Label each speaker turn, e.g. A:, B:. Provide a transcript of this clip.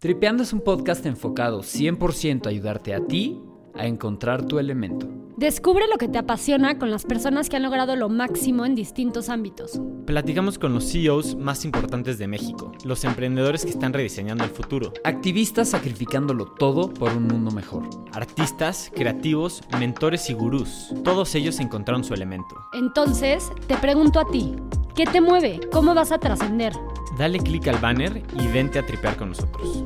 A: Tripeando es un podcast enfocado 100% a ayudarte a ti a encontrar tu elemento.
B: Descubre lo que te apasiona con las personas que han logrado lo máximo en distintos ámbitos.
C: Platicamos con los CEOs más importantes de México, los emprendedores que están rediseñando el futuro,
A: Activistas sacrificándolo todo por un mundo mejor.
C: artistas, creativos, mentores y gurús. Todos ellos encontraron su elemento.
B: Entonces, te pregunto a ti, ¿qué te mueve? ¿Cómo vas a trascender?
C: Dale clic al banner y vente a tripear con nosotros.